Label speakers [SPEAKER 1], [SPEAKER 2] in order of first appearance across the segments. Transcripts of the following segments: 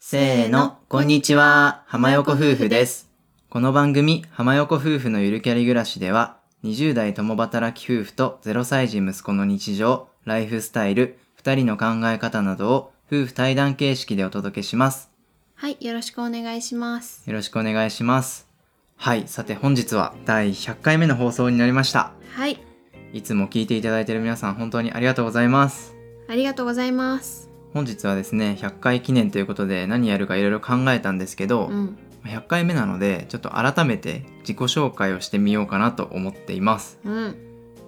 [SPEAKER 1] せーの、こんにちは、浜横夫婦です。この番組、浜横夫婦のゆるキャリ暮らしでは、20代共働き夫婦と0歳児息子の日常、ライフスタイル、2人の考え方などを夫婦対談形式でお届けします。
[SPEAKER 2] はい、よろしくお願いします。
[SPEAKER 1] よろしくお願いします。はい、さて本日は第100回目の放送になりました。
[SPEAKER 2] はい、
[SPEAKER 1] いつも聞いていただいている皆さん本当にありがとうございます。
[SPEAKER 2] ありがとうございます。
[SPEAKER 1] 本日はですね、100回記念ということで何やるかいろいろ考えたんですけど、
[SPEAKER 2] うん、
[SPEAKER 1] 100回目なのでちょっと改めて自己紹介をしてみようかなと思っています
[SPEAKER 2] うん、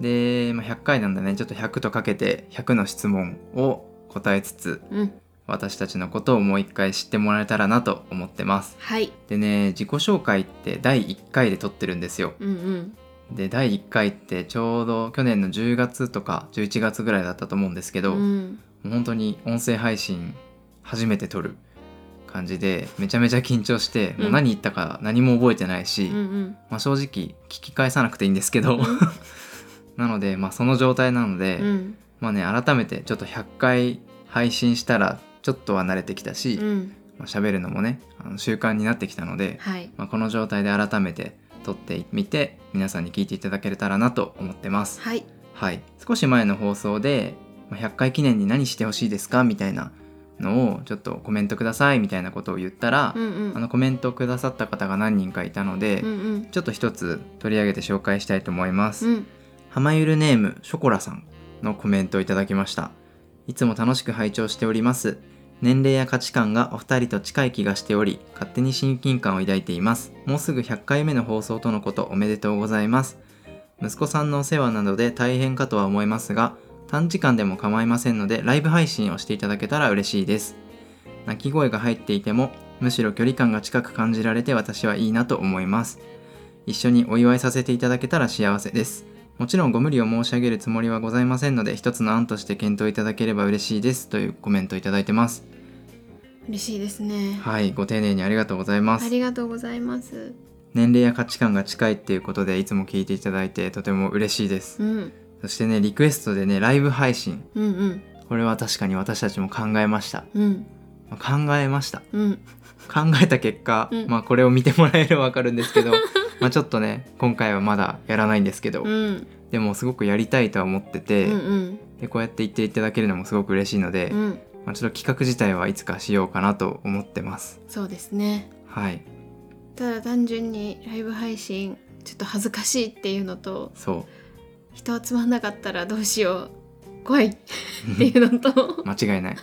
[SPEAKER 1] で、まあ、100回なんでねちょっと100とかけて100の質問を答えつつ
[SPEAKER 2] うん、
[SPEAKER 1] 私たちのことをもう一回知ってもらえたらなと思ってます
[SPEAKER 2] はい、
[SPEAKER 1] でね自己紹介って第1回で撮ってるんですよ
[SPEAKER 2] うん、うん、
[SPEAKER 1] で第1回ってちょうど去年の10月とか11月ぐらいだったと思うんですけど、
[SPEAKER 2] う
[SPEAKER 1] も
[SPEAKER 2] ん、
[SPEAKER 1] う本当に音声配信初めて撮る感じでめちゃめちゃ緊張して、もう何言ったか何も覚えてないし、
[SPEAKER 2] うん、うん、
[SPEAKER 1] まあ、正直聞き返さなくていいんですけど なので、まあ、その状態なので、
[SPEAKER 2] うん、
[SPEAKER 1] まあね改めてちょっと100回配信したらちょっとは慣れてきたし、
[SPEAKER 2] うん、
[SPEAKER 1] まあ、喋るのもねあの習慣になってきたので、
[SPEAKER 2] はい、
[SPEAKER 1] まあ、この状態で改めて撮ってみて皆さんに聞いていただけたらなと思ってます。
[SPEAKER 2] はい、
[SPEAKER 1] はい、少し前の放送でまあ100回記念に何してほしいですかみたいなのをちょっとコメントくださいみたいなことを言ったら、
[SPEAKER 2] うん、うん、
[SPEAKER 1] あのコメントくださった方が何人かいたので、
[SPEAKER 2] うん、うん、
[SPEAKER 1] ちょっと一つ取り上げて紹介したいと思います。
[SPEAKER 2] うん、
[SPEAKER 1] 浜ゆるネームショコラさんのコメントをいただきました。いつも楽しく拝聴しております。年齢や価値観がお二人と近い気がしており、勝手に親近感を抱いています。もうすぐ100回目の放送とのことおめでとうございます。息子さんのお世話などで大変かとは思いますが、短時間でも構いませんので、ライブ配信をしていただけたら嬉しいです。泣き声が入っていても、むしろ距離感が近く感じられて私はいいなと思います。一緒にお祝いさせていただけたら幸せです。もちろんご無理を申し上げるつもりはございませんので、一つの案として検討いただければ嬉しいですというコメントをいただいてます。
[SPEAKER 2] 嬉しいですね。
[SPEAKER 1] はい、ご丁寧にありがとうございま
[SPEAKER 2] あ
[SPEAKER 1] す。
[SPEAKER 2] りがとうございます。
[SPEAKER 1] 年齢や価値観が近いっていうことで、いつも聞いていただいてとても嬉しいです。
[SPEAKER 2] うん、
[SPEAKER 1] そしてね、リクエストでね、ライブ配信。
[SPEAKER 2] うん、うん、
[SPEAKER 1] これは確かに私たちも考えました。
[SPEAKER 2] うん、
[SPEAKER 1] まあ考えました。
[SPEAKER 2] うん、
[SPEAKER 1] 考えた結果、
[SPEAKER 2] うん
[SPEAKER 1] まあこれを見てもらえればわかるんですけ ど、まあちょっとね、今回はまだやらないんですけど、
[SPEAKER 2] うん、うん、
[SPEAKER 1] でもすごくやりたいとは思ってて、
[SPEAKER 2] うん、
[SPEAKER 1] でこうやって言っていただけるのもすごく嬉しいので、
[SPEAKER 2] うん、
[SPEAKER 1] まあ、ちょっと企画自体はいつかしようかなと思ってます
[SPEAKER 2] そうですね。
[SPEAKER 1] はい
[SPEAKER 2] ただ単純にライブ配信ちょっと恥ずかしいっていうのと、
[SPEAKER 1] そ
[SPEAKER 2] 人集まんなかったらどうしよ う、怖いっていううのと、
[SPEAKER 1] 間違い ない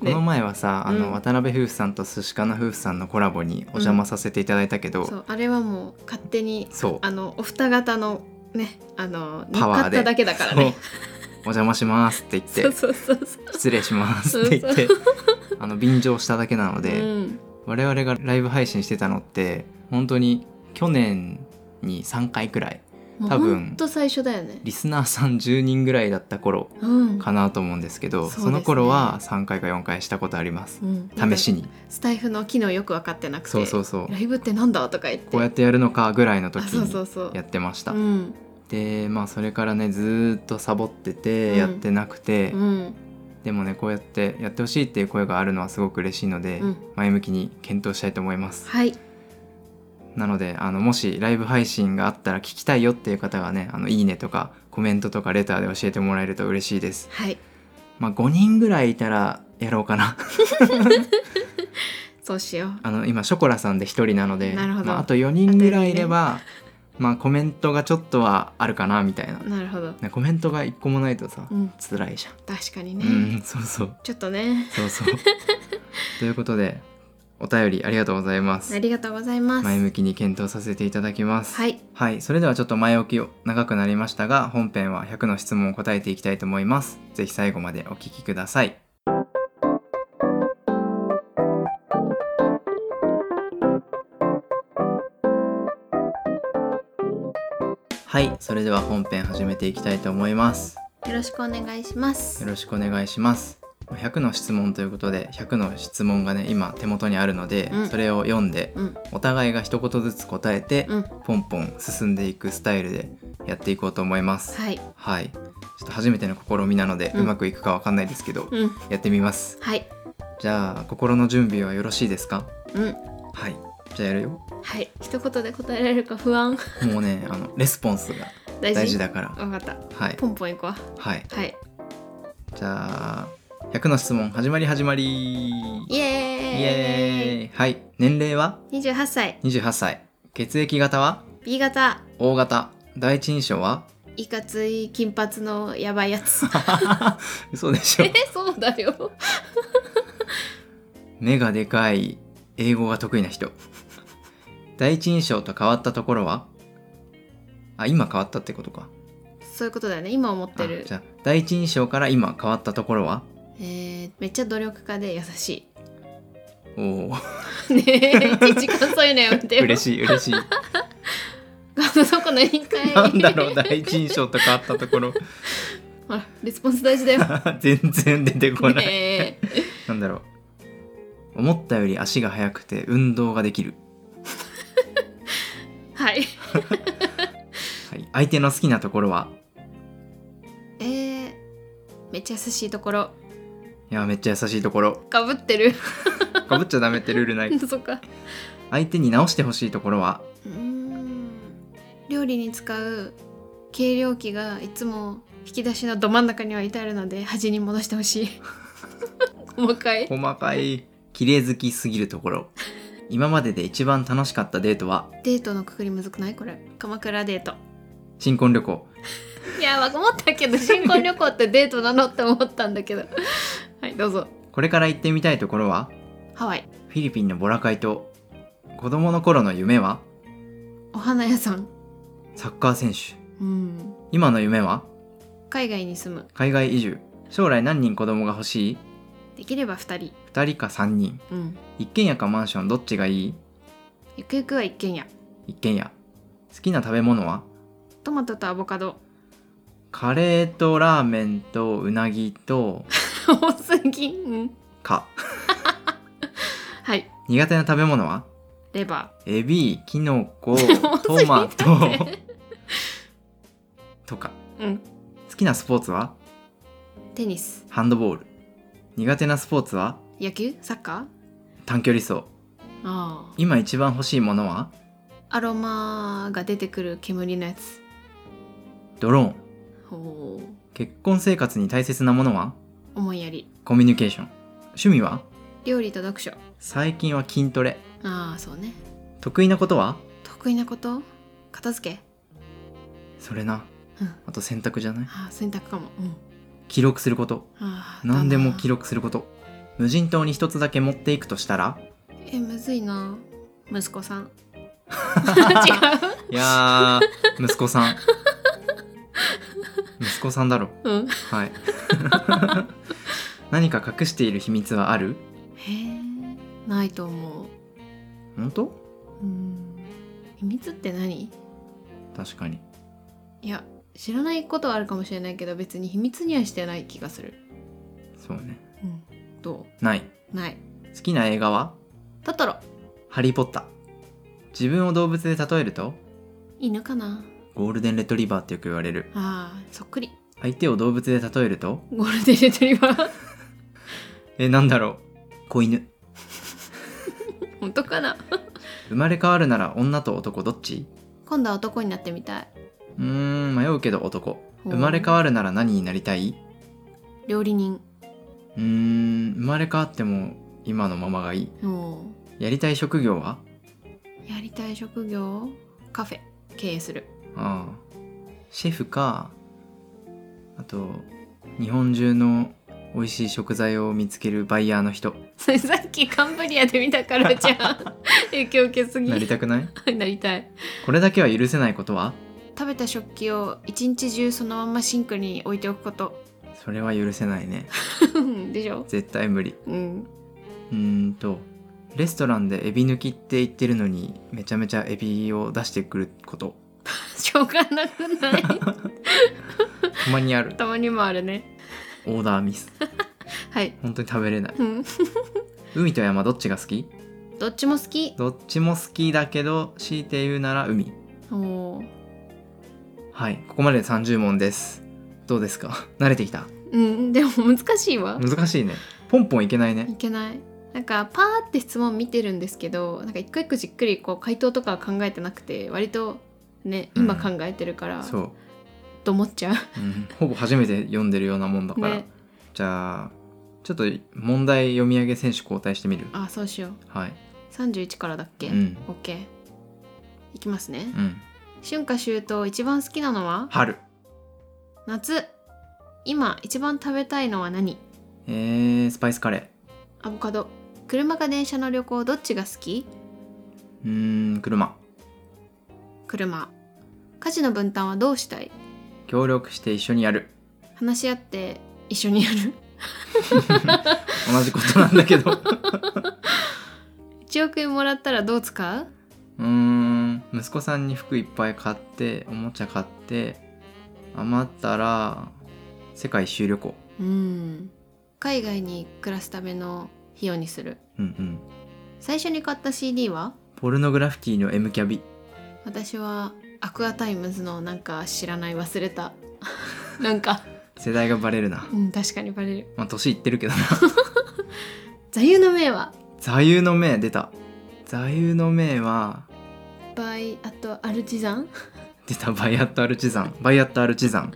[SPEAKER 1] この前はさ、あ
[SPEAKER 2] う
[SPEAKER 1] の
[SPEAKER 2] ん
[SPEAKER 1] 渡辺夫婦さんと寿司かな夫婦さんのコラボにお邪魔させていただいたけど、
[SPEAKER 2] そうあれはもう勝手に
[SPEAKER 1] そう
[SPEAKER 2] あのお二方のねあの乗
[SPEAKER 1] パ
[SPEAKER 2] っ
[SPEAKER 1] ワ
[SPEAKER 2] か
[SPEAKER 1] ー
[SPEAKER 2] っ
[SPEAKER 1] で
[SPEAKER 2] ただけだからね
[SPEAKER 1] そうお邪魔しますって言って
[SPEAKER 2] そうそうそうそう
[SPEAKER 1] 失礼しますって言って あの便乗しただけなので、
[SPEAKER 2] うん
[SPEAKER 1] 我々がライブ配信してたのって本当に去年に3回くらい
[SPEAKER 2] もう
[SPEAKER 1] 多分
[SPEAKER 2] ほんと最初だよね
[SPEAKER 1] リスナーさん10人ぐらいだった頃
[SPEAKER 2] うん、
[SPEAKER 1] かなと思うんですけど、
[SPEAKER 2] そうですね
[SPEAKER 1] その頃は3回か4回したことあります、
[SPEAKER 2] うん
[SPEAKER 1] 試し
[SPEAKER 2] に
[SPEAKER 1] に
[SPEAKER 2] スタイフの機能よく分かってなくて
[SPEAKER 1] そうそうそう
[SPEAKER 2] ライブってなんだとか言って
[SPEAKER 1] こうやってやるのかぐらいの時
[SPEAKER 2] あそうそ
[SPEAKER 1] に
[SPEAKER 2] うそう
[SPEAKER 1] やってました
[SPEAKER 2] うん
[SPEAKER 1] でまあそれからねずーっとサボってて
[SPEAKER 2] うん
[SPEAKER 1] やってなくて、
[SPEAKER 2] うん
[SPEAKER 1] でもねこうやってやってほしいっていう声があるのはすごく嬉しいので、
[SPEAKER 2] うん
[SPEAKER 1] 前向きに検討したいと思います
[SPEAKER 2] はい
[SPEAKER 1] なのであのもしライブ配信があったら聞きたいよっていう方がねあのいいねとかコメントとかレターで教えてもらえると嬉しいです
[SPEAKER 2] はい
[SPEAKER 1] まあ5人ぐらいいたらやろうかな
[SPEAKER 2] そうしよう
[SPEAKER 1] あの今ショコラさんで1人なので
[SPEAKER 2] なるほど
[SPEAKER 1] まあ、あと4人ぐらいいれば、まあコメントがちょっとはあるかなみたいな、
[SPEAKER 2] なるほど
[SPEAKER 1] ねコメントが1個もないとさ、
[SPEAKER 2] うん
[SPEAKER 1] 辛いじゃ
[SPEAKER 2] 確かに
[SPEAKER 1] ん、
[SPEAKER 2] ね、
[SPEAKER 1] うんそうそう
[SPEAKER 2] ちょっとね
[SPEAKER 1] そう そうということでお便りありがとうございま
[SPEAKER 2] あ
[SPEAKER 1] す
[SPEAKER 2] りがとうございます
[SPEAKER 1] 前向きに検討させていただきます
[SPEAKER 2] はい
[SPEAKER 1] はい、それではちょっと前置きを長くなりましたが本編は100の質問を答えていきたいと思いますぜひ最後までお聞きくださいはい、それでは本編始めていきたいと思います
[SPEAKER 2] よろしくお願いします
[SPEAKER 1] よろしくお願いします100の質問ということで100の質問がね今手元にあるので、
[SPEAKER 2] うん
[SPEAKER 1] それを読んで
[SPEAKER 2] うん
[SPEAKER 1] お互いが一言ずつ答えて、
[SPEAKER 2] うん
[SPEAKER 1] ポンポン進んでいくスタイルでやっていこうと思います
[SPEAKER 2] はい
[SPEAKER 1] はいちょっと初めての試みなので、う
[SPEAKER 2] うん
[SPEAKER 1] まくいくかわかんないですけど、
[SPEAKER 2] うん
[SPEAKER 1] やってみます
[SPEAKER 2] はい
[SPEAKER 1] じゃあ心の準備はよろしいですか
[SPEAKER 2] うん
[SPEAKER 1] はいじゃあやるよ
[SPEAKER 2] はい一言で答えられるか不 安
[SPEAKER 1] もうねあのレスポンスが
[SPEAKER 2] 大事
[SPEAKER 1] 大事だから
[SPEAKER 2] 分かった
[SPEAKER 1] はい
[SPEAKER 2] ポンポンいこう
[SPEAKER 1] はい
[SPEAKER 2] はい
[SPEAKER 1] じゃあ100の質問始まり始まりイ
[SPEAKER 2] イエーイ
[SPEAKER 1] エーイはい年齢は
[SPEAKER 2] 28歳
[SPEAKER 1] 28歳血液型は
[SPEAKER 2] B 型
[SPEAKER 1] O 型第一印象は
[SPEAKER 2] いかつい金髪のやばいやつ
[SPEAKER 1] 嘘でしょ
[SPEAKER 2] えそうだよ
[SPEAKER 1] 目がでかい英語が得意な人第一印象と変わったところはあ今変わったってことか
[SPEAKER 2] そういうことだよね今思っ
[SPEAKER 1] あ
[SPEAKER 2] てる
[SPEAKER 1] じゃあ第一印象から今変わったところは
[SPEAKER 2] えー、めっちゃ努力家で優し
[SPEAKER 1] おお
[SPEAKER 2] い ねえいちいち感想言うのやめてよ
[SPEAKER 1] 嬉
[SPEAKER 2] しい
[SPEAKER 1] しい嬉しい
[SPEAKER 2] そこの言い換え
[SPEAKER 1] なんだろう第一印象と変わったところ
[SPEAKER 2] ほらレスポンス大事だよ
[SPEAKER 1] 全然出て こない、
[SPEAKER 2] ねえ
[SPEAKER 1] なんだろう思ったより足が速くて運動ができる、
[SPEAKER 2] はい
[SPEAKER 1] はい、相手の好きなところは
[SPEAKER 2] えー、めっちゃ優しいところ
[SPEAKER 1] いやめっちゃ優しいところ
[SPEAKER 2] かぶってる
[SPEAKER 1] かぶっちゃダメってルールない
[SPEAKER 2] そっか
[SPEAKER 1] 相手に直してほしいところは
[SPEAKER 2] うーん料理に使う計量器がいつも引き出しのど真ん中には至るので端に戻してほ しい細かい
[SPEAKER 1] 細かい綺麗好きすぎるところ今までで一番楽しかったデートは
[SPEAKER 2] デートのくくりむずくないこれ鎌倉デート
[SPEAKER 1] 新婚旅行
[SPEAKER 2] いやわ思ったけど新婚旅行ってデートなのって思ったんだけどはいどうぞ
[SPEAKER 1] これから行ってみたいところは
[SPEAKER 2] ハワイ
[SPEAKER 1] フィリピンのボラカイ島子供の頃の夢は
[SPEAKER 2] お花屋さん
[SPEAKER 1] サッカー選手
[SPEAKER 2] うん
[SPEAKER 1] 今の夢は
[SPEAKER 2] 海外に住む
[SPEAKER 1] 海外移住将来何人子供が欲しい
[SPEAKER 2] できれば2人
[SPEAKER 1] 2人か3人
[SPEAKER 2] うん
[SPEAKER 1] 一軒家かマンションどっちがいい
[SPEAKER 2] ゆくゆくは一軒家
[SPEAKER 1] 一軒家好きな食べ物は
[SPEAKER 2] トマトとアボカド
[SPEAKER 1] カレーとラーメンとうなぎと
[SPEAKER 2] 多すぎうん
[SPEAKER 1] か
[SPEAKER 2] はい
[SPEAKER 1] 苦手な食べ物は
[SPEAKER 2] レバ
[SPEAKER 1] エビキノコ
[SPEAKER 2] 多
[SPEAKER 1] ト
[SPEAKER 2] すぎだ
[SPEAKER 1] マ
[SPEAKER 2] って
[SPEAKER 1] トとか
[SPEAKER 2] ーうん
[SPEAKER 1] 好きなスポーツは
[SPEAKER 2] テニス
[SPEAKER 1] ハンドボール苦手なスポーツは
[SPEAKER 2] 野球サッカー
[SPEAKER 1] 短距離走
[SPEAKER 2] あ
[SPEAKER 1] 今一番欲しいものは
[SPEAKER 2] あアロマが出てくる煙のやつ
[SPEAKER 1] ドローン
[SPEAKER 2] ほう
[SPEAKER 1] 結婚生活に大切なものは
[SPEAKER 2] 思いやり
[SPEAKER 1] コミュニケーション趣味は
[SPEAKER 2] 料理と読書
[SPEAKER 1] 最近は筋トレ
[SPEAKER 2] ああそうね
[SPEAKER 1] 得意なことは
[SPEAKER 2] 得意なこと片付け
[SPEAKER 1] それな
[SPEAKER 2] うん
[SPEAKER 1] あと洗濯じゃない
[SPEAKER 2] ああ洗濯かもうん
[SPEAKER 1] 記録すること
[SPEAKER 2] ああ
[SPEAKER 1] 何でも記
[SPEAKER 2] ろ
[SPEAKER 1] 録すること無人島に一つだけ持っていくとした ら
[SPEAKER 2] えむずいな息子 さん違
[SPEAKER 1] いやー息子さん息子さんだろ
[SPEAKER 2] ううん
[SPEAKER 1] はい 何か隠している秘密はある
[SPEAKER 2] へえないと思う
[SPEAKER 1] 本当
[SPEAKER 2] うん秘密って何
[SPEAKER 1] 確かに
[SPEAKER 2] いや知らないことはあるかもしれないけど別に秘密にはしてない気がする
[SPEAKER 1] そうね
[SPEAKER 2] うんど
[SPEAKER 1] ないう
[SPEAKER 2] ない
[SPEAKER 1] 好きな映画は
[SPEAKER 2] トトロ
[SPEAKER 1] 「ハリー・ポッター」自分を動物で例えると
[SPEAKER 2] 犬かな
[SPEAKER 1] ゴールデンレトリバーってよく言われる
[SPEAKER 2] あーそっくり
[SPEAKER 1] 相手を動物で例えると
[SPEAKER 2] ゴールデンレトリバ ー
[SPEAKER 1] えなんだろう子犬
[SPEAKER 2] 本当かな
[SPEAKER 1] 生まれ変わるなら女と男どっち
[SPEAKER 2] 今度は男になってみたいう
[SPEAKER 1] ーん迷うけど男
[SPEAKER 2] ほう
[SPEAKER 1] 生まれ変わるなら何になりたい
[SPEAKER 2] 料理人
[SPEAKER 1] うーん生まれ変わっても今のままがいい
[SPEAKER 2] お
[SPEAKER 1] やりたい職業は
[SPEAKER 2] ーやりたい職業カフェ経営する
[SPEAKER 1] ああシェフかあと日本中の美味しい食材を見つけるバイヤーの人
[SPEAKER 2] そ れさっきカンブリアで見たからじゃん 影響受けすぎ
[SPEAKER 1] なりたくない
[SPEAKER 2] なりたい
[SPEAKER 1] これだけは許せないことは
[SPEAKER 2] 食べた食器を一日中そのままシンクに置いておくこと
[SPEAKER 1] それは許せないね
[SPEAKER 2] でしょ
[SPEAKER 1] 絶対無理
[SPEAKER 2] うん
[SPEAKER 1] うーんとレストランでエビ抜きって言ってるのにめちゃめちゃエビを出してくること
[SPEAKER 2] しょうがなく ない
[SPEAKER 1] たまにある
[SPEAKER 2] たまにもあるね
[SPEAKER 1] オーダーミス
[SPEAKER 2] はい
[SPEAKER 1] 本当に食べれない
[SPEAKER 2] うん
[SPEAKER 1] 海と山どっちが好き
[SPEAKER 2] どっちも好き
[SPEAKER 1] どっちも好きだけど強いて言うなら海
[SPEAKER 2] おー
[SPEAKER 1] はいここまでで30問ですどうですか慣れてきた
[SPEAKER 2] うんでも難しいわ
[SPEAKER 1] 難しいねポンポンいけないね
[SPEAKER 2] いけないなんかパーって質問見てるんですけどなんか一個一個じっくりこう回答とかは考えてなくて割とね
[SPEAKER 1] うん
[SPEAKER 2] 今考えてるから、
[SPEAKER 1] そう、
[SPEAKER 2] と思っちゃう
[SPEAKER 1] うん、ほぼ初めて読んでるようなもんだから、
[SPEAKER 2] ね
[SPEAKER 1] じゃあちょっと問題読み上げ選手交代してみる
[SPEAKER 2] あそうしよう
[SPEAKER 1] はい
[SPEAKER 2] 31からだっけ、
[SPEAKER 1] うん
[SPEAKER 2] OK いきますね、
[SPEAKER 1] うん
[SPEAKER 2] 春夏秋冬一番好きなのは
[SPEAKER 1] 春
[SPEAKER 2] 夏今一番食べたいのは何
[SPEAKER 1] えー、スパイスカレ
[SPEAKER 2] アボカド車か電車の旅行どっちが好き
[SPEAKER 1] ーうーん車
[SPEAKER 2] 車家事の分担はどうしたい
[SPEAKER 1] 協力して一緒にやる
[SPEAKER 2] 話し合って一緒にやる
[SPEAKER 1] 同じことなんだけ どう
[SPEAKER 2] 1億円もらったらどう使う
[SPEAKER 1] ーん息子さんに服いっぱい買っておもちゃ買って余ったら世界一周旅行
[SPEAKER 2] うん海外に暮らすための費用にする
[SPEAKER 1] うんうん
[SPEAKER 2] 最初に買った CD は
[SPEAKER 1] ポルノグラフィティの M キャビ
[SPEAKER 2] 私はアクアタイムズのなんか知らない忘れ たなんか
[SPEAKER 1] 世代がバレるな
[SPEAKER 2] うん確かにバレる
[SPEAKER 1] まあ年いってるけどな
[SPEAKER 2] 座右の銘は
[SPEAKER 1] 座右の銘出た座右の銘は
[SPEAKER 2] バイあとアルチザン
[SPEAKER 1] 出たバイアットアルチザンバイアットアルチザン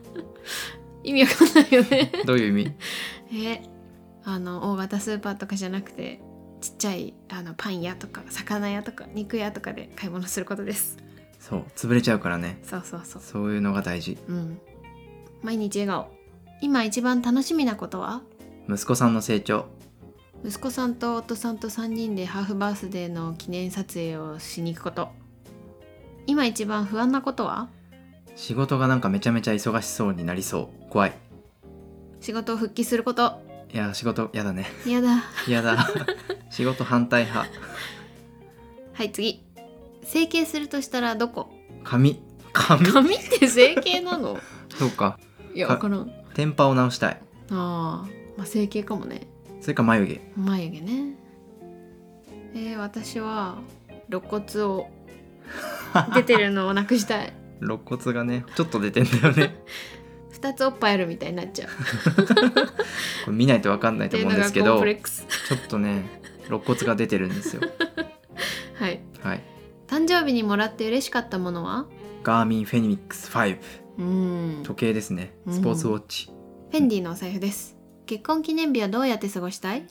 [SPEAKER 2] 意味わかんないよね
[SPEAKER 1] どういう意味
[SPEAKER 2] えあの大型スーパーとかじゃなくてちっちゃいあのパン屋とか魚屋とか肉屋とかで買い物することです
[SPEAKER 1] そう潰れちゃうからね
[SPEAKER 2] そうそうそう
[SPEAKER 1] そういうのが大事
[SPEAKER 2] うん毎日笑顔今一番楽しみなことは
[SPEAKER 1] 息子さんの成長
[SPEAKER 2] 息子さんと夫さんと3人でハーフバースデーの記念撮影をしに行くこと今一番不安なことは
[SPEAKER 1] 仕事がなんかめちゃめちゃ忙しそうになりそう怖い
[SPEAKER 2] 仕事を復帰すること
[SPEAKER 1] いや仕事やだね
[SPEAKER 2] やだ
[SPEAKER 1] やだ 仕事反対派
[SPEAKER 2] はい次整形するとしたらどこ
[SPEAKER 1] 髪髪
[SPEAKER 2] 髪って整形な の
[SPEAKER 1] そうか
[SPEAKER 2] いや
[SPEAKER 1] か
[SPEAKER 2] 分からん
[SPEAKER 1] 天パを直したい
[SPEAKER 2] あーまあ整形かもね
[SPEAKER 1] それか眉毛
[SPEAKER 2] 眉毛ねえー、私は肋骨 を出てるのをなくしたい
[SPEAKER 1] 肋骨がねちょっと出てんだよね
[SPEAKER 2] 2つおっぱいあるみたいになっちゃう
[SPEAKER 1] これ見ないとわかんない
[SPEAKER 2] って
[SPEAKER 1] と
[SPEAKER 2] いう
[SPEAKER 1] 思う
[SPEAKER 2] の
[SPEAKER 1] んで
[SPEAKER 2] が
[SPEAKER 1] す
[SPEAKER 2] コ
[SPEAKER 1] け
[SPEAKER 2] ン
[SPEAKER 1] ど
[SPEAKER 2] プレ
[SPEAKER 1] ち
[SPEAKER 2] ックス
[SPEAKER 1] ょっとね肋骨が出てるんですよ
[SPEAKER 2] はい
[SPEAKER 1] はい
[SPEAKER 2] 誕生日にもらって嬉しかったものは
[SPEAKER 1] ガーミンフェニミックス5
[SPEAKER 2] うん
[SPEAKER 1] 時計ですね
[SPEAKER 2] うん
[SPEAKER 1] スポーツウォッチ、
[SPEAKER 2] フェンディのお財布です結婚記念日はどうやって過ごしたい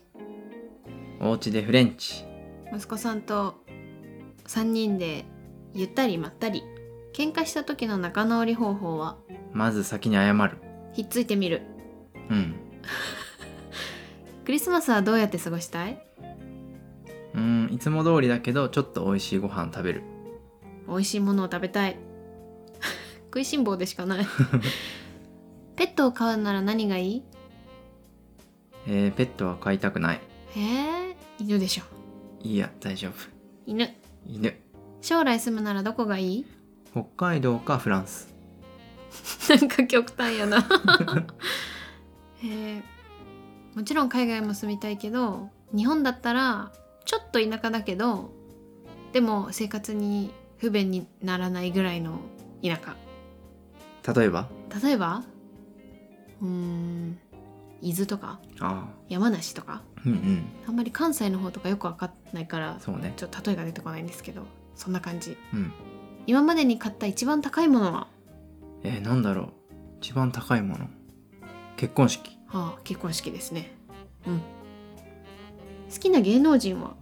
[SPEAKER 1] お家でフレンチ
[SPEAKER 2] 息子さんと3人でゆったりまったり喧嘩した時の仲直り方法は
[SPEAKER 1] まず先に謝る
[SPEAKER 2] ひっついてみる
[SPEAKER 1] うん
[SPEAKER 2] クリスマスはどうやって過ごしたい
[SPEAKER 1] うんいつも通りだけどちょっと美味しいご飯食べる
[SPEAKER 2] 美味しいものを食べたい 食いしん坊でしかない ペットを飼うなら何がいい
[SPEAKER 1] えーペットは飼いたくない
[SPEAKER 2] へえ犬でしょ
[SPEAKER 1] いいや大丈夫
[SPEAKER 2] 犬
[SPEAKER 1] 犬
[SPEAKER 2] 将来住むならどこがいい
[SPEAKER 1] 北海道かフランス
[SPEAKER 2] なんか極端やなへえもちろん海外も住みたいけど日本だったらちょっと田舎だけどでも生活に不便にならないぐらいの田舎
[SPEAKER 1] 例えば
[SPEAKER 2] 例えばうーん伊豆とか
[SPEAKER 1] あ
[SPEAKER 2] 山梨とか
[SPEAKER 1] あうんうん
[SPEAKER 2] あんまり関西の方とかよく分かんないから
[SPEAKER 1] そうね
[SPEAKER 2] ちょっと例えが出てこないんですけどそんな感じ
[SPEAKER 1] うん
[SPEAKER 2] 今までに買った一番高いものは、
[SPEAKER 1] えー、なんだろう一番高いもの結婚式
[SPEAKER 2] はあ、結婚式ですねうん好きな芸能人は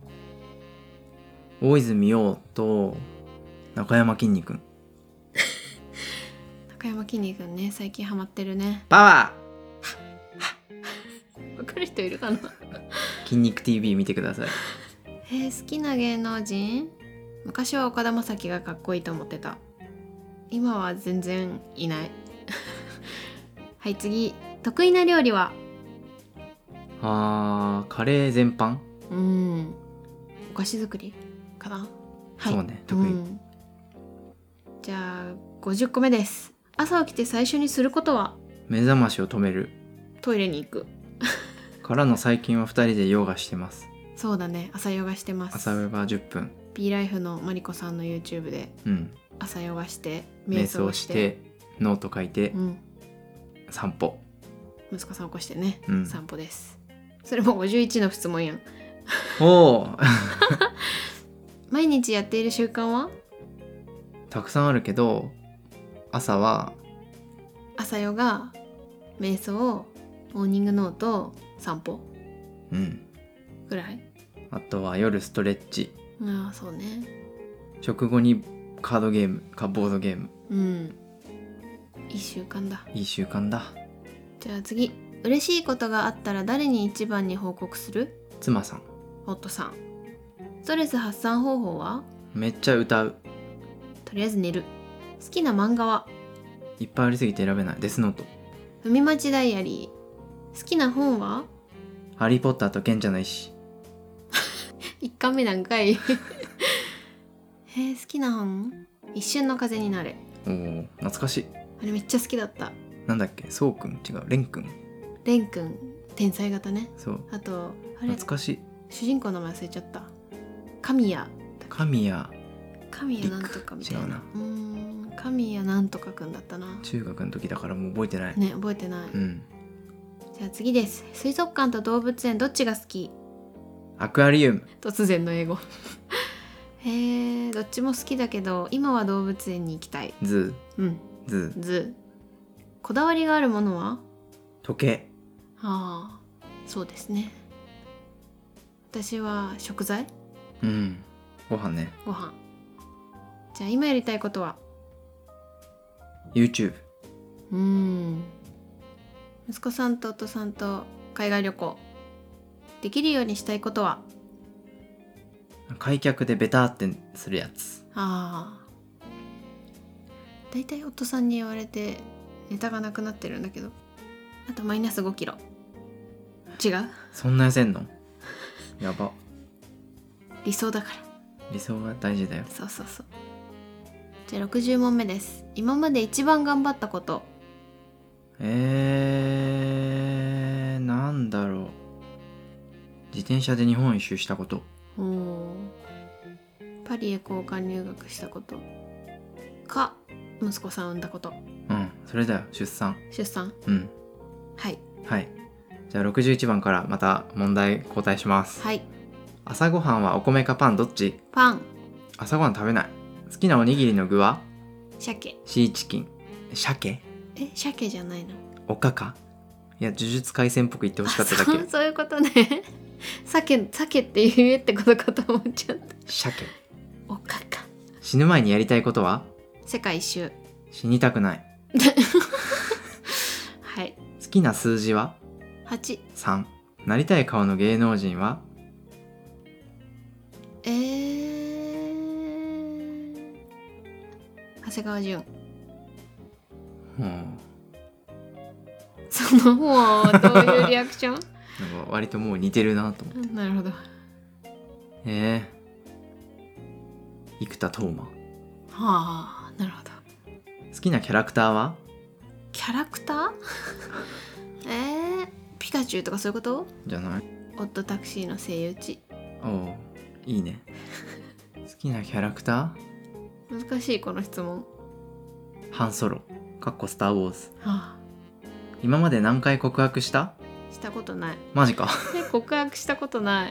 [SPEAKER 1] 大泉洋と中山きんに君
[SPEAKER 2] 中山きんに君ね最近ハマってるね
[SPEAKER 1] パワ
[SPEAKER 2] 分かる人いるかな
[SPEAKER 1] ー筋肉 TV 見てください
[SPEAKER 2] えー好きな芸能人昔は岡田将生がかっこいいと思ってた今は全然いない はい次得意な料理は
[SPEAKER 1] あーカレー全般、
[SPEAKER 2] うんお菓子作りかなはい
[SPEAKER 1] そうね得意、
[SPEAKER 2] うんじゃあ50個目です朝起きて最初にすることは
[SPEAKER 1] 目覚ましを止める
[SPEAKER 2] トイレに行く
[SPEAKER 1] からの最近は2人でヨガしてます
[SPEAKER 2] そうだね朝ヨガしてます
[SPEAKER 1] 朝ヨガ10分
[SPEAKER 2] B ライフのマリコさんの YouTube で
[SPEAKER 1] うん
[SPEAKER 2] 朝ヨガして
[SPEAKER 1] 瞑
[SPEAKER 2] 瞑想
[SPEAKER 1] 想
[SPEAKER 2] し
[SPEAKER 1] しててノート書いて
[SPEAKER 2] うん、
[SPEAKER 1] 散歩
[SPEAKER 2] 息子さん起こしてね、
[SPEAKER 1] うん
[SPEAKER 2] 散歩ですそれも51の質問やん
[SPEAKER 1] おお
[SPEAKER 2] 毎日やっている習慣は
[SPEAKER 1] たくさんあるけど朝は
[SPEAKER 2] 朝ヨガ瞑想モーニングノート散歩
[SPEAKER 1] うん
[SPEAKER 2] ぐらい
[SPEAKER 1] あとは夜ストレッチ
[SPEAKER 2] ああそうね
[SPEAKER 1] 食後にカードゲームかボードゲーム
[SPEAKER 2] うんいい習慣だ
[SPEAKER 1] いい習慣だ
[SPEAKER 2] じゃあ次嬉しいことがあったら誰に一番に報告する
[SPEAKER 1] 妻さん
[SPEAKER 2] 夫さんストレス発散方法は
[SPEAKER 1] めっちゃ歌う
[SPEAKER 2] とりあえず寝る好きな漫画はい
[SPEAKER 1] っぱいありすぎて選べないデスノート
[SPEAKER 2] 海町ダイアリー好きな本は
[SPEAKER 1] ハリー・ポッターと賢者の石
[SPEAKER 2] 一巻目なん かいへえ好きな本一瞬の風になれ
[SPEAKER 1] おお懐かしい
[SPEAKER 2] あれめっちゃ好きだった
[SPEAKER 1] なんだっけそうくん違うレンくん
[SPEAKER 2] レン君天才型ね
[SPEAKER 1] そう
[SPEAKER 2] あとあれ
[SPEAKER 1] 懐かしい
[SPEAKER 2] 主人公の名前忘れちゃった神谷
[SPEAKER 1] 神谷
[SPEAKER 2] 神谷なんとかみたいな
[SPEAKER 1] 違うな
[SPEAKER 2] うーん神谷なんとかくんだったな
[SPEAKER 1] 中学の時だからもう覚えてない、
[SPEAKER 2] ね覚えてない、
[SPEAKER 1] うん
[SPEAKER 2] じゃあ次です水族館と動物園どっちが好き
[SPEAKER 1] アクアリウム
[SPEAKER 2] 突然の英語へえどっちも好きだけど今は動物園に行きたい
[SPEAKER 1] ズ
[SPEAKER 2] うん
[SPEAKER 1] ーズー
[SPEAKER 2] ずこだわりがあるものは
[SPEAKER 1] 時計
[SPEAKER 2] ああそうですね私は食材
[SPEAKER 1] うんご飯ね
[SPEAKER 2] ご飯じゃあ今やりたいことは
[SPEAKER 1] YouTube
[SPEAKER 2] うーん息子さんと夫さんと海外旅行できるようにしたいことは
[SPEAKER 1] 開脚でベターってするやつ
[SPEAKER 2] ああだいたい夫さんに言われてネタがなくなってるんだけどあとマイナス5キロ違う
[SPEAKER 1] そんな痩せんのやば
[SPEAKER 2] 理想だから
[SPEAKER 1] 理想は大事だよ
[SPEAKER 2] そうそうそうじゃあ60問目です今まで一番頑張ったこと
[SPEAKER 1] えー、なんだろう自転車で日本一周したこと
[SPEAKER 2] パリへ交換留学したことか息子さん産んだこと
[SPEAKER 1] うんそれだよ出産
[SPEAKER 2] 出産
[SPEAKER 1] うん
[SPEAKER 2] はい
[SPEAKER 1] はいじゃあ61番からまた問題交代します
[SPEAKER 2] はい
[SPEAKER 1] 朝ごはんはお米かパンどっち
[SPEAKER 2] パン
[SPEAKER 1] 朝ごはん食べない好きなおにぎりの具は
[SPEAKER 2] 鮭
[SPEAKER 1] シーチキン鮭
[SPEAKER 2] え鮭じゃないの
[SPEAKER 1] おかかいや呪術廻戦っぽく言ってほしかっただ
[SPEAKER 2] あそう
[SPEAKER 1] け
[SPEAKER 2] そういうことね 鮭鮭って言えってことかと思っちゃった
[SPEAKER 1] 鮭
[SPEAKER 2] おかか
[SPEAKER 1] 死ぬ前にやりたいことは
[SPEAKER 2] 世界一周
[SPEAKER 1] 死にたくない
[SPEAKER 2] はい
[SPEAKER 1] 好きな数字は
[SPEAKER 2] 8
[SPEAKER 1] 3なりたい顔の芸能人は
[SPEAKER 2] えー、長谷川潤
[SPEAKER 1] うんなん
[SPEAKER 2] その方はどういうリアクション
[SPEAKER 1] か割ともう似てるなと思って
[SPEAKER 2] うん なるほど
[SPEAKER 1] えー、生田斗真
[SPEAKER 2] はあなるほど
[SPEAKER 1] 好きなキャラクターは
[SPEAKER 2] キャラク ターえー、ピカチュウとかそういうこと
[SPEAKER 1] じゃない
[SPEAKER 2] オットタクシーの声優値
[SPEAKER 1] おおいい ね好きなキャラクタ
[SPEAKER 2] 難しいこの質問
[SPEAKER 1] ーハンソロかっこスター・ウォーズ
[SPEAKER 2] は
[SPEAKER 1] 今まで何回告白した
[SPEAKER 2] あしたことない
[SPEAKER 1] マジか
[SPEAKER 2] え告白したことな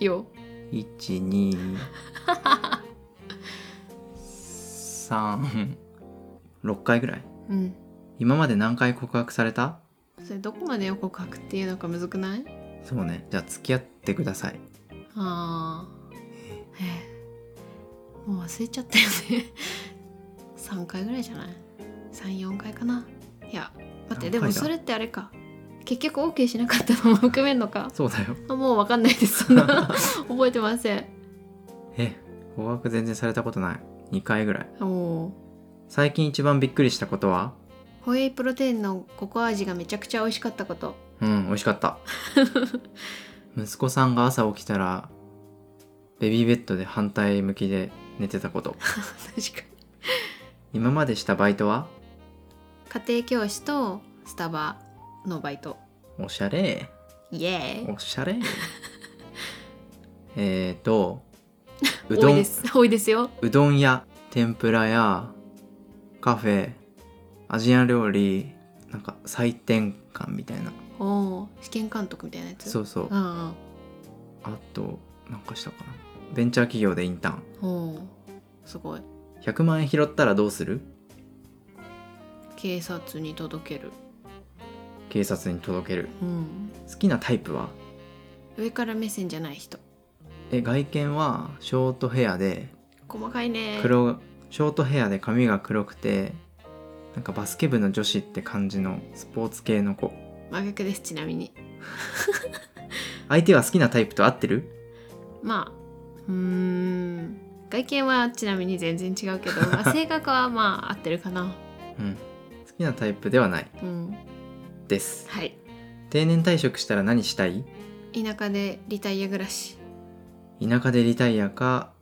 [SPEAKER 2] いよ
[SPEAKER 1] 123 6回ぐらい
[SPEAKER 2] うん
[SPEAKER 1] 今まで何回告白された
[SPEAKER 2] それどこまでを告白っていうのかむずくない
[SPEAKER 1] そうねじゃあ付き合ってください
[SPEAKER 2] あーえーもう忘れちゃったよね 3回ぐらいじゃない34回かないや待ってでも
[SPEAKER 1] 何回だ
[SPEAKER 2] それってあれか結局 OK しなかったのも含めんのか
[SPEAKER 1] そうだよ
[SPEAKER 2] あもうわかんないですそんな 覚えてません
[SPEAKER 1] え告白全然されたことない2回ぐらい
[SPEAKER 2] おお
[SPEAKER 1] 最近一番びっくりしたことは
[SPEAKER 2] ホエイプロテインのココア味がめちゃくちゃ美味しかったこと
[SPEAKER 1] うん美味しかった息子さんが朝起きたらベビーベッドで反対向きで寝てたこと
[SPEAKER 2] 確か
[SPEAKER 1] 今までしたバイトは
[SPEAKER 2] に家庭教師とスタバのバイト
[SPEAKER 1] おしゃれ
[SPEAKER 2] イエーイ
[SPEAKER 1] おしゃれ えっ とう
[SPEAKER 2] 多
[SPEAKER 1] ど
[SPEAKER 2] いで
[SPEAKER 1] ん
[SPEAKER 2] す多いですよ
[SPEAKER 1] うどん屋天ぷら屋カフェアジアン料理なんか採点館みたいな
[SPEAKER 2] おー試験監督みたいなやつ
[SPEAKER 1] そううそう
[SPEAKER 2] あ
[SPEAKER 1] あとなんかしたかなベンチャー企業でインターン
[SPEAKER 2] あおーすごい
[SPEAKER 1] 100万円拾ったらどうする
[SPEAKER 2] 警察に届ける
[SPEAKER 1] 警察に届ける
[SPEAKER 2] うん
[SPEAKER 1] 好きなタイプは
[SPEAKER 2] 上から目線じゃない人
[SPEAKER 1] え外見はショートヘアで
[SPEAKER 2] 細かいね
[SPEAKER 1] 黒ショートヘアで髪が黒くてなんかバスケ部の女子って感じのスポーツ系の子
[SPEAKER 2] 真逆ですちなみに
[SPEAKER 1] 相手は好きなタイプと合ってる
[SPEAKER 2] まあうーん外見はちなみに全然違 うけど、まあ性格はまあ合ってるかな
[SPEAKER 1] うん好きなタイプではない
[SPEAKER 2] うん
[SPEAKER 1] です
[SPEAKER 2] はい
[SPEAKER 1] 定年退職したら何したい
[SPEAKER 2] 田舎でリタイア暮らし
[SPEAKER 1] 田舎でリタイアか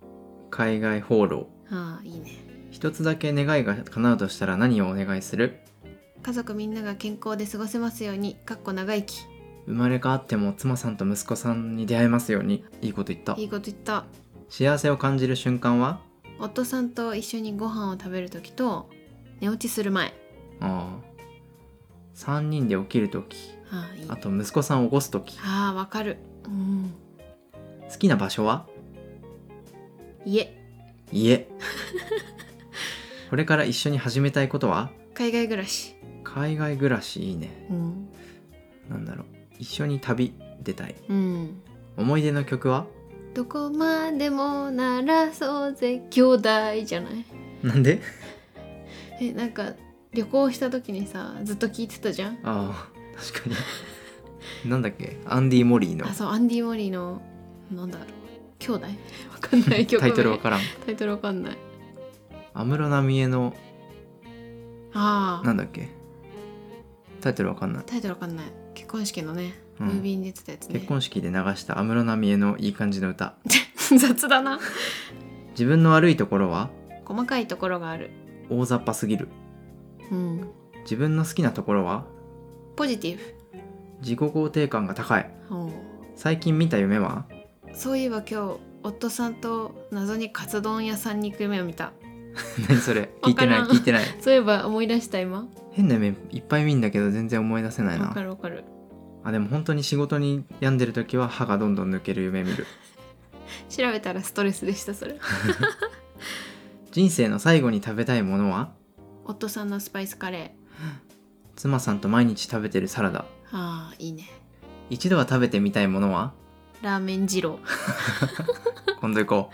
[SPEAKER 1] 海外放浪
[SPEAKER 2] ああいいね
[SPEAKER 1] 一つだけ願いが叶うとしたら何をお願いする
[SPEAKER 2] 家族みんなが健康で過ごせますようにかっこ長生き
[SPEAKER 1] 生まれ変わっても妻さんと息子さんに出会えますようにいいこと言った
[SPEAKER 2] いいこと言った
[SPEAKER 1] 幸せを感じる瞬間は
[SPEAKER 2] 夫さんと一緒にご飯を食べる時と寝落ちする前
[SPEAKER 1] ああ3人で起きる時
[SPEAKER 2] ああいい
[SPEAKER 1] あ
[SPEAKER 2] ね
[SPEAKER 1] と息子さんを起こす時
[SPEAKER 2] ああわかるうん
[SPEAKER 1] 好きな場所は
[SPEAKER 2] 家
[SPEAKER 1] 家これから一緒に始めたいことは
[SPEAKER 2] 海外暮らし
[SPEAKER 1] 海外暮らしいいね
[SPEAKER 2] うん、
[SPEAKER 1] なんだろう一緒に旅出たい
[SPEAKER 2] うん、
[SPEAKER 1] 思い出の曲は
[SPEAKER 2] どこまでもならそうぜ兄弟じゃない
[SPEAKER 1] なんで
[SPEAKER 2] えなんか旅行した時にさずっと聞いてたじゃん
[SPEAKER 1] ああ確かになんだっけアンディ・モリーの
[SPEAKER 2] あそうアンディ・モリーのなんだろう兄弟 わかんない 曲
[SPEAKER 1] タ
[SPEAKER 2] 名
[SPEAKER 1] イトルわからん
[SPEAKER 2] タイトルわかんない
[SPEAKER 1] 安室奈美恵の
[SPEAKER 2] あ
[SPEAKER 1] な
[SPEAKER 2] あ
[SPEAKER 1] んだっけタイトルわかんない、
[SPEAKER 2] タイトルわかんない結婚式のね、
[SPEAKER 1] うん
[SPEAKER 2] ムービーに出てたやつね
[SPEAKER 1] 結婚式で流した安室奈美恵のいい感じの歌
[SPEAKER 2] 雑だな
[SPEAKER 1] 自分の悪いところは
[SPEAKER 2] 細かいところがある
[SPEAKER 1] 大雑把すぎる
[SPEAKER 2] うん
[SPEAKER 1] 自分の好きなところは
[SPEAKER 2] ポジティブ
[SPEAKER 1] 自己肯定感が高い
[SPEAKER 2] おう
[SPEAKER 1] 最近見た夢は
[SPEAKER 2] そういえば今日夫さんと謎にカツ丼屋さんに行く夢を見た
[SPEAKER 1] 何それ聞いてない
[SPEAKER 2] わからん
[SPEAKER 1] 聞いてない
[SPEAKER 2] そういえば思い出した今
[SPEAKER 1] 変な夢いっぱい見んだけど全然思い出せない
[SPEAKER 2] わか
[SPEAKER 1] な
[SPEAKER 2] るわかる
[SPEAKER 1] あでも本当に仕事に病んでる時は歯がどんどん抜ける夢見る
[SPEAKER 2] 調べたらストレスでしたそれ
[SPEAKER 1] 人生の最後に食べたいものは
[SPEAKER 2] 夫さんのスパイスカレー
[SPEAKER 1] 妻さんと毎日食べてるサラダ
[SPEAKER 2] ああいいね
[SPEAKER 1] 一度は食べてみたいものは
[SPEAKER 2] ラーメン二郎
[SPEAKER 1] 今度行こ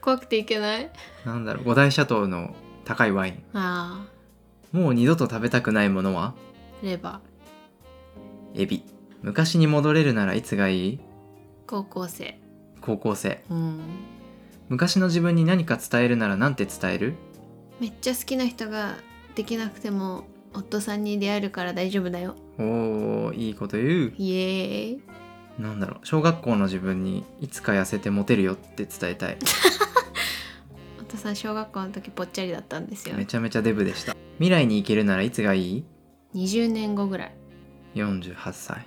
[SPEAKER 2] 怖くていけないう
[SPEAKER 1] なんだろう五大シャトーの高いワイン
[SPEAKER 2] あ
[SPEAKER 1] もう二度と食べたくないものは
[SPEAKER 2] あレバ
[SPEAKER 1] エビ昔に戻れるならいつがいい
[SPEAKER 2] ー高校生
[SPEAKER 1] 高校生
[SPEAKER 2] うん
[SPEAKER 1] 昔の自分に何か伝えるならなんて伝える
[SPEAKER 2] めっちゃ好きな人ができなくても夫さんに出会えるから大丈夫だよ
[SPEAKER 1] おーいいこと言
[SPEAKER 2] イエーイ
[SPEAKER 1] うなんだろう小学校の自分にいつか痩せてモテるよって伝えたい
[SPEAKER 2] 夫さん小学校の時ぽっちゃりだったんですよ
[SPEAKER 1] めちゃめちゃデブでした未来に行けるならいつがいい
[SPEAKER 2] 20年後ぐらい
[SPEAKER 1] ?48 歳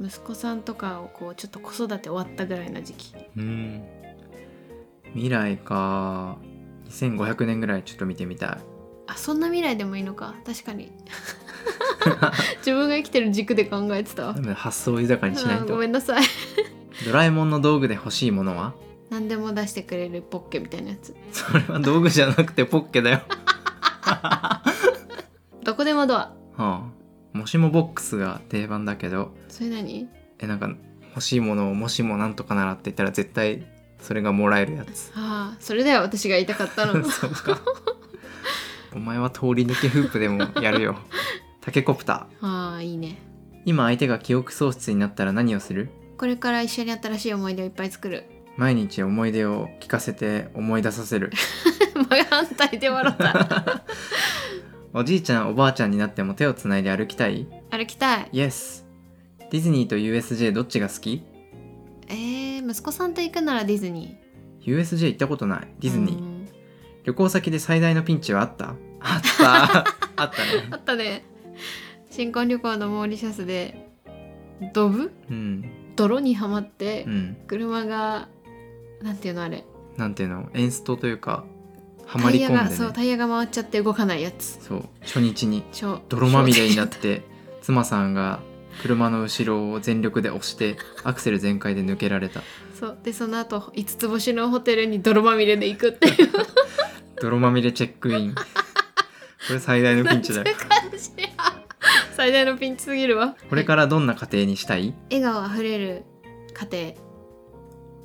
[SPEAKER 2] 息子さんとかをこうちょっと子育て終わったぐらいの時期
[SPEAKER 1] うーん未来か2500年ぐらいちょっと見てみた
[SPEAKER 2] あそんな未来でもいいのか確か に自分が生きてる軸で考えてたわ
[SPEAKER 1] いでも発想を豊かにしな
[SPEAKER 2] あ
[SPEAKER 1] い
[SPEAKER 2] ーご
[SPEAKER 1] と
[SPEAKER 2] めんなさい
[SPEAKER 1] ドラえもんの道具で欲しいものは
[SPEAKER 2] 何でも出してくれるポッケみたいなやつ
[SPEAKER 1] それは道具じゃなくてポッケだ よ、
[SPEAKER 2] どこでもドア
[SPEAKER 1] はあ、もしもボックスが定番だけど
[SPEAKER 2] それ何
[SPEAKER 1] えなんか欲しいものをもしもなんとかならって言ったら絶対それがもらえるや つ
[SPEAKER 2] ああそれだよ私が言いたかった の
[SPEAKER 1] そうかお前は通り抜けフープでもやる よタケコプタ
[SPEAKER 2] ああいいね
[SPEAKER 1] ー今相手が記憶喪失になったら何をする
[SPEAKER 2] これから一緒に新しい思い出をいっぱい作る
[SPEAKER 1] 毎日思い出を聞かせて思い出させ る
[SPEAKER 2] 真反対で笑った
[SPEAKER 1] おじいちゃんおばあちゃんになっても手をつないで歩きたい
[SPEAKER 2] 歩きたい
[SPEAKER 1] イエスディズニーと USJ どっちが好き
[SPEAKER 2] えー、息子さんと行くならディズニ
[SPEAKER 1] USJ 行ったことない
[SPEAKER 2] ー
[SPEAKER 1] ディズニー
[SPEAKER 2] うん
[SPEAKER 1] 旅行先で最大のピンチはあったあった あったね
[SPEAKER 2] あったね新婚旅行のモーリシャスでドブ
[SPEAKER 1] うん
[SPEAKER 2] 泥にはまって、
[SPEAKER 1] うん
[SPEAKER 2] 車がなんていうのあれ
[SPEAKER 1] なんていうのエンストというかは
[SPEAKER 2] タ
[SPEAKER 1] まり
[SPEAKER 2] イヤ
[SPEAKER 1] 込んで、
[SPEAKER 2] が
[SPEAKER 1] ね、
[SPEAKER 2] そうタイヤが回っちゃって動かないやつ
[SPEAKER 1] そう初日に
[SPEAKER 2] ちょ
[SPEAKER 1] 泥まみれに
[SPEAKER 2] ちょ
[SPEAKER 1] なって妻さんが車の後ろを全力で押してアクセル全開で抜けられた
[SPEAKER 2] そうでその後五つ星のホテルに泥まみれで行く っていう
[SPEAKER 1] 泥まみれチェックインこれ最大のピンチだよ
[SPEAKER 2] なんていう感じや 最大のピンチすぎるわ
[SPEAKER 1] これからどんな家庭にしたい
[SPEAKER 2] 笑顔あふれる家庭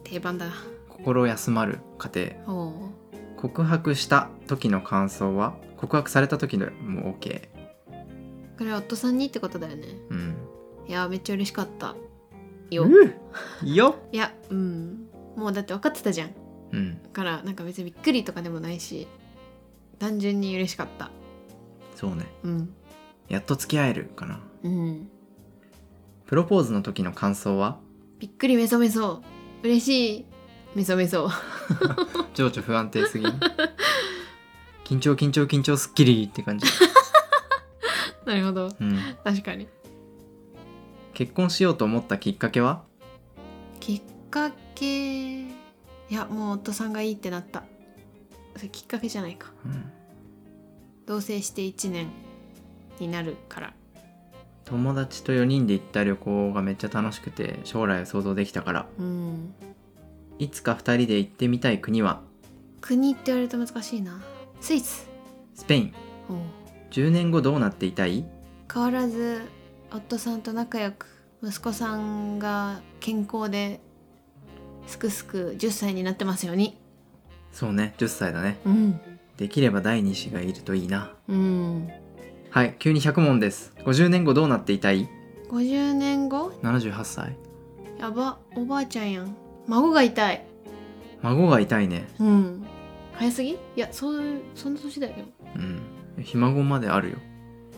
[SPEAKER 2] 定番だな
[SPEAKER 1] 心休まる家庭
[SPEAKER 2] おお
[SPEAKER 1] 告白した時の感想は告白された時でも OK
[SPEAKER 2] これは夫さんにってことだよね
[SPEAKER 1] うん
[SPEAKER 2] いやめっちゃ嬉しかったよ
[SPEAKER 1] うんよ
[SPEAKER 2] いやうんもうだって分かってたじゃんだ
[SPEAKER 1] うん
[SPEAKER 2] からなんか別にびっくりとかでもないし単純に嬉しかった
[SPEAKER 1] そうね
[SPEAKER 2] うん
[SPEAKER 1] やっと付き合えるかな
[SPEAKER 2] うん
[SPEAKER 1] プロポーズの時の感想は
[SPEAKER 2] びっくりめそめそ嬉しいめそめそ
[SPEAKER 1] 情緒不安定すぎる緊張緊張緊張すっきりって感じ、
[SPEAKER 2] なるほど
[SPEAKER 1] うん、
[SPEAKER 2] 確かに
[SPEAKER 1] 結婚しようと思ったきっかけは
[SPEAKER 2] きっかけいやもう夫さんがいいってなったそれきっかけじゃないか
[SPEAKER 1] うん
[SPEAKER 2] 同棲して1年になるから
[SPEAKER 1] 友達と4人で行った旅行がめっちゃ楽しくて将来を想像できたから
[SPEAKER 2] うん
[SPEAKER 1] いつか2人で行ってみたい国は
[SPEAKER 2] 国って言われると難しいなスイス
[SPEAKER 1] スペイン10年後どうなっていたい
[SPEAKER 2] 変わらず夫さんと仲良く息子さんが健康ですくすく10歳になってますように
[SPEAKER 1] そうね10歳だね
[SPEAKER 2] うん
[SPEAKER 1] できれば第2子がいるといいな
[SPEAKER 2] うん
[SPEAKER 1] はい急に100問です50年後どうなっていたい
[SPEAKER 2] 50年後
[SPEAKER 1] 78歳
[SPEAKER 2] やばおばあちゃんやん孫がいたい
[SPEAKER 1] 孫がいたいね
[SPEAKER 2] うん早すぎいやそういうそんな年だよでも
[SPEAKER 1] うんひ孫まであるよ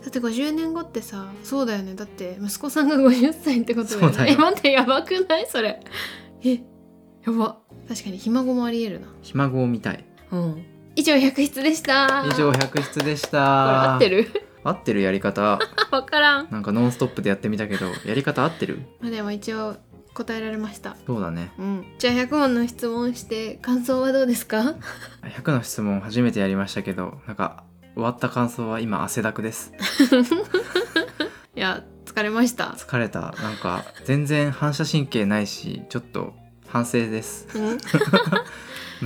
[SPEAKER 2] だって50年後ってさそうだよねだって息子さんが50歳ってことだよね
[SPEAKER 1] そうだよ
[SPEAKER 2] え待ってやばくないそれえやば確かにひ孫もありえるな
[SPEAKER 1] ひ孫を見たい
[SPEAKER 2] うん以上百室でした
[SPEAKER 1] 以上百室でした
[SPEAKER 2] これ合ってる
[SPEAKER 1] 合ってるやり方
[SPEAKER 2] わからん
[SPEAKER 1] なんかノンストップでやってみたけどやり方合ってる
[SPEAKER 2] まあでも一応答えられました
[SPEAKER 1] そうだね
[SPEAKER 2] うんじゃあ100問の質問して感想はどうですか
[SPEAKER 1] 100の質問初めてやりましたけどなんか終わった感想は今汗だくです
[SPEAKER 2] いや疲れました
[SPEAKER 1] 疲れたなんか全然反射神経ないしちょっと反省です
[SPEAKER 2] うん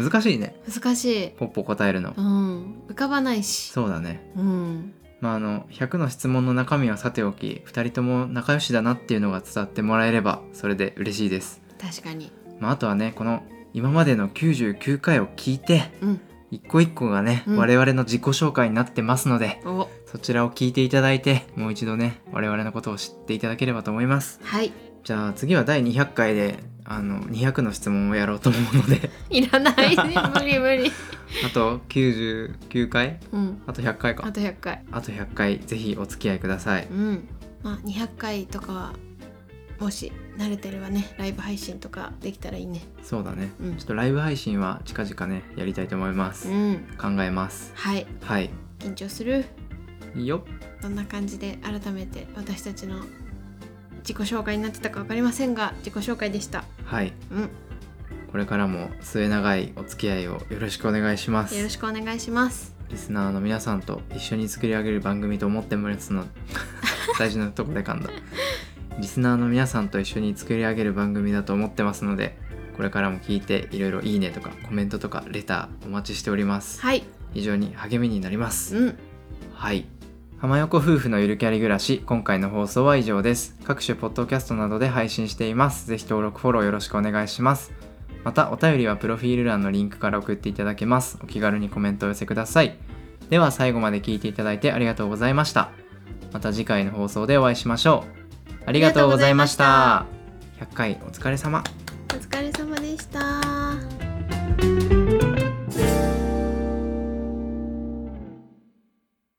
[SPEAKER 1] 難しいね
[SPEAKER 2] 難しい
[SPEAKER 1] ポッポ答えるの
[SPEAKER 2] うん浮かばないし
[SPEAKER 1] そうだね
[SPEAKER 2] うん
[SPEAKER 1] まああの100の質問の中身はさておき2人とも仲良しだなっていうのが伝わってもらえればそれで嬉しいです、
[SPEAKER 2] 確かに
[SPEAKER 1] まあ、あとはねこの今までの99回を聞いて
[SPEAKER 2] うん
[SPEAKER 1] 一個一個がね、
[SPEAKER 2] うん
[SPEAKER 1] 我々の自己紹介になってますので
[SPEAKER 2] お
[SPEAKER 1] そちらを聞いていただいてもう一度ね我々のことを知っていただければと思います
[SPEAKER 2] はい
[SPEAKER 1] じゃあ次は第200回であの200の質問をやろうと思うので
[SPEAKER 2] いら ないね無理無理
[SPEAKER 1] あと99回
[SPEAKER 2] うん
[SPEAKER 1] あと100回か
[SPEAKER 2] あと100回
[SPEAKER 1] あと100回ぜひお付き合いください
[SPEAKER 2] うんまあ200回とかはもし慣れてればねライブ配信とかできたらいいね
[SPEAKER 1] そうだね、
[SPEAKER 2] うん
[SPEAKER 1] ちょっとライブ配信は近々ねやりたいと思います、
[SPEAKER 2] うん
[SPEAKER 1] 考えます
[SPEAKER 2] はい
[SPEAKER 1] はい
[SPEAKER 2] 緊張する
[SPEAKER 1] よ
[SPEAKER 2] どんな感じで改めて私たちの自己紹介になってたか分かりませんが自己紹介でした
[SPEAKER 1] はい
[SPEAKER 2] うんよ
[SPEAKER 1] これからも末永いお付き合いをよろしくお願いします
[SPEAKER 2] ろしくお願いします
[SPEAKER 1] リスナーの皆さんと一緒に作り上げる番組と思ってます の大事なとこで噛んだリスナーの皆さんと一緒に作り上げる番組だと思ってますのでこれからも聞いていろいろいいねとかコメントとかレターお待ちしております
[SPEAKER 2] はい
[SPEAKER 1] 非常に励みになります
[SPEAKER 2] うん
[SPEAKER 1] はい浜横夫婦のゆるキャリ暮らし今回の放送は以上です各種ポッドキャストなどで配信していますぜひ登録フォローよろしくお願いしますまたお便りはプロフィール欄のリンクから送っていただけますお気軽にコメントをお寄せくださいでは最後まで聞いていただいてありがとうございましたまた次回の放送でお会いしましょうありがとうございました100回お疲れ様
[SPEAKER 2] お疲れ様でした